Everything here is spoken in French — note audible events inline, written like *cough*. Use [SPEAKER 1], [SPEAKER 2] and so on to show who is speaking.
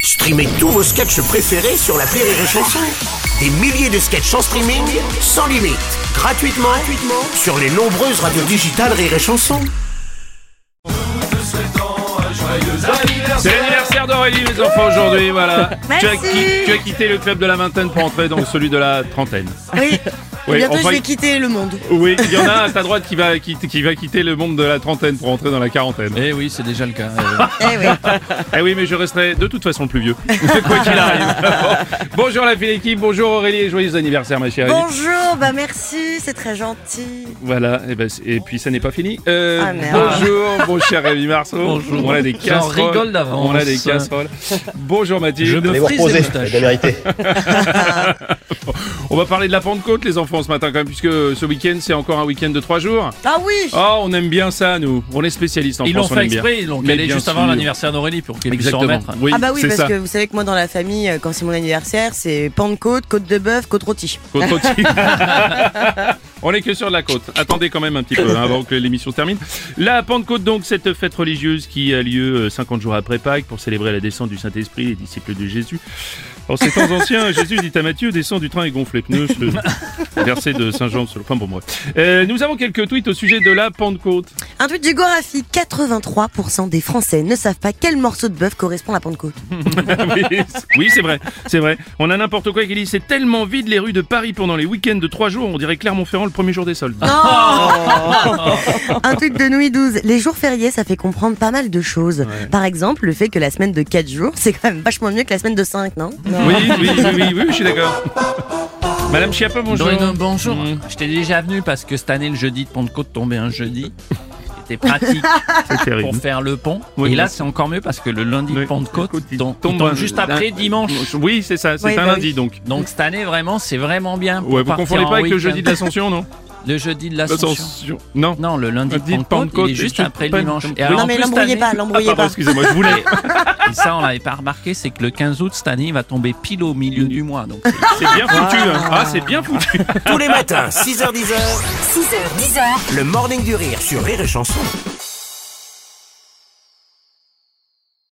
[SPEAKER 1] Streamez tous vos sketchs préférés sur la Rire et Chanson. Des milliers de sketchs en streaming, sans limite, gratuitement, gratuitement sur les nombreuses radios digitales Rire et Chanson.
[SPEAKER 2] C'est l'anniversaire d'Aurélie, les enfants, aujourd'hui, voilà. Tu as,
[SPEAKER 3] Merci.
[SPEAKER 2] qui- tu as quitté le club de la vingtaine pour entrer dans celui de la trentaine.
[SPEAKER 3] Oui.
[SPEAKER 2] Oui,
[SPEAKER 3] Bientôt,
[SPEAKER 2] enfin,
[SPEAKER 3] je vais
[SPEAKER 2] il-
[SPEAKER 3] quitter le monde.
[SPEAKER 2] Oui, il y en a un à ta droite qui va, qui, qui va quitter le monde de la trentaine pour entrer dans la quarantaine.
[SPEAKER 4] Eh oui, c'est déjà le cas.
[SPEAKER 2] Ah.
[SPEAKER 4] Euh,
[SPEAKER 3] Eh oui.
[SPEAKER 2] Eh oui, mais je resterai de toute façon le plus vieux, *laughs* quoi qu'il
[SPEAKER 4] *laughs*
[SPEAKER 2] arrive. bonjour la fine équipe, bonjour Aurélie et joyeux anniversaire ma chérie.
[SPEAKER 3] Bonjour, bah merci, c'est très gentil.
[SPEAKER 2] Voilà, et, ben, c'est- et puis ça n'est pas fini. Euh,
[SPEAKER 3] Ah, merde.
[SPEAKER 2] bonjour mon cher Rémi Marceau.
[SPEAKER 4] Bonjour.
[SPEAKER 2] On a des
[SPEAKER 4] J'en
[SPEAKER 2] casseroles.
[SPEAKER 4] rigole d'avance.
[SPEAKER 2] On a des casseroles. bonjour Mathilde.
[SPEAKER 4] Je me
[SPEAKER 5] Allez vous
[SPEAKER 4] frise les
[SPEAKER 5] reposer, c'est
[SPEAKER 4] moustaches.
[SPEAKER 2] Eh
[SPEAKER 5] la vérité.
[SPEAKER 2] On va parler de la Pentecôte, les enfants, ce matin, quand même, puisque ce week-end, c'est encore un week-end de trois jours.
[SPEAKER 3] Ah oui.
[SPEAKER 2] Oh, on aime bien ça, nous. On est spécialistes en
[SPEAKER 4] Ils l'ont
[SPEAKER 2] France, on
[SPEAKER 4] fait
[SPEAKER 2] aime bien.
[SPEAKER 4] exprès, ils l'ont
[SPEAKER 2] Mais
[SPEAKER 4] calé
[SPEAKER 2] bien
[SPEAKER 4] juste avant
[SPEAKER 2] sûr.
[SPEAKER 4] l'anniversaire d'Aurélie pour qu'ils puissent s'en
[SPEAKER 2] Exactement.
[SPEAKER 4] remettre.
[SPEAKER 2] Oui,
[SPEAKER 3] ah bah oui,
[SPEAKER 2] c'est
[SPEAKER 3] parce
[SPEAKER 2] ça.
[SPEAKER 3] que vous savez que moi dans la famille, euh, quand c'est mon anniversaire, c'est Pentecôte, Côte de Bœuf, Côte rôtie.
[SPEAKER 2] Côte rôtie.
[SPEAKER 3] *laughs*
[SPEAKER 2] on est que sur la côte. Attendez quand même un petit peu hein, avant que l'émission se termine. La Pentecôte, donc, cette fête religieuse qui a lieu euh, 50 jours après Pâques pour célébrer la descente du Saint-Esprit, les disciples de Jésus. En ces temps
[SPEAKER 3] *laughs*
[SPEAKER 2] anciens, Jésus dit à Matthieu Descends du train et gonfle les pneus. Ce verset de Saint Jean. Enfin, bon, bref. Euh, nous avons quelques tweets au sujet de la Pentecôte.
[SPEAKER 3] Un tweet du Gorafi 83% des Français ne savent pas quel morceau de bœuf correspond à Pentecôte.
[SPEAKER 2] oui, c'est- oui, c'est vrai, c'est vrai. On a n'importe quoi qui dit c'est tellement vide les rues de Paris pendant les week-ends de trois jours, on dirait Clermont-Ferrand le premier jour des soldes.
[SPEAKER 3] *laughs* Un tweet de Nuit 12 les jours fériés, ça fait comprendre pas mal de choses. Par exemple, le fait que la semaine de 4 jours, c'est quand même vachement mieux que la semaine de 5, non
[SPEAKER 2] Oui, oui, oui, oui, oui, je suis d'accord. Madame Chiappa, bonjour.
[SPEAKER 4] Bruno, bonjour.
[SPEAKER 2] Mm.
[SPEAKER 4] Je t'ai déjà venu parce que cette année, le jeudi de Pentecôte tombait un jeudi. C'était
[SPEAKER 2] *laughs*
[SPEAKER 4] pratique
[SPEAKER 2] C'est terrible.
[SPEAKER 4] pour faire le pont.
[SPEAKER 2] Oui,
[SPEAKER 4] Et là,
[SPEAKER 2] merci.
[SPEAKER 4] c'est encore mieux parce que le lundi de
[SPEAKER 2] Oui,
[SPEAKER 4] Pentecôte
[SPEAKER 2] écoute, il
[SPEAKER 4] tom- il
[SPEAKER 2] tombe
[SPEAKER 4] tombe,
[SPEAKER 2] un-
[SPEAKER 4] juste après
[SPEAKER 2] un-
[SPEAKER 4] dimanche.
[SPEAKER 2] Oui, c'est ça, c'est
[SPEAKER 3] Oui,
[SPEAKER 2] un
[SPEAKER 3] bah
[SPEAKER 2] lundi donc.
[SPEAKER 4] Donc cette année, vraiment, c'est vraiment bien. Pour
[SPEAKER 2] Ouais, vous
[SPEAKER 4] partir
[SPEAKER 2] confondez
[SPEAKER 4] en
[SPEAKER 2] pas avec le
[SPEAKER 4] week-end.
[SPEAKER 2] jeudi de l'ascension, non
[SPEAKER 4] Le jeudi de l'Ascension.
[SPEAKER 2] Non.
[SPEAKER 4] Non, le lundi
[SPEAKER 2] Lundi de
[SPEAKER 4] de Pentecôte,
[SPEAKER 2] Pentecôte,
[SPEAKER 4] il est
[SPEAKER 2] et
[SPEAKER 4] juste
[SPEAKER 2] tu
[SPEAKER 4] après
[SPEAKER 2] te
[SPEAKER 4] le dimanche.
[SPEAKER 2] prends-
[SPEAKER 4] Et alors,
[SPEAKER 3] Non
[SPEAKER 4] en
[SPEAKER 3] mais
[SPEAKER 4] plus, cette
[SPEAKER 3] l'embrouillez
[SPEAKER 4] année-
[SPEAKER 3] pas,
[SPEAKER 2] Ah,
[SPEAKER 3] l'embrouillez
[SPEAKER 2] pardon,
[SPEAKER 3] pas.
[SPEAKER 2] excusez-moi, je voulais.
[SPEAKER 4] Et ça, on l'avait pas remarqué, c'est que le 15 août cette année, il va tomber pile au milieu du mois. Donc,
[SPEAKER 2] C'est bien foutu, hein. Ah, c'est bien foutu.
[SPEAKER 1] Tous les matins, 6h10,
[SPEAKER 6] 6h, 10h,
[SPEAKER 1] le morning du rire sur Rire et Chanson.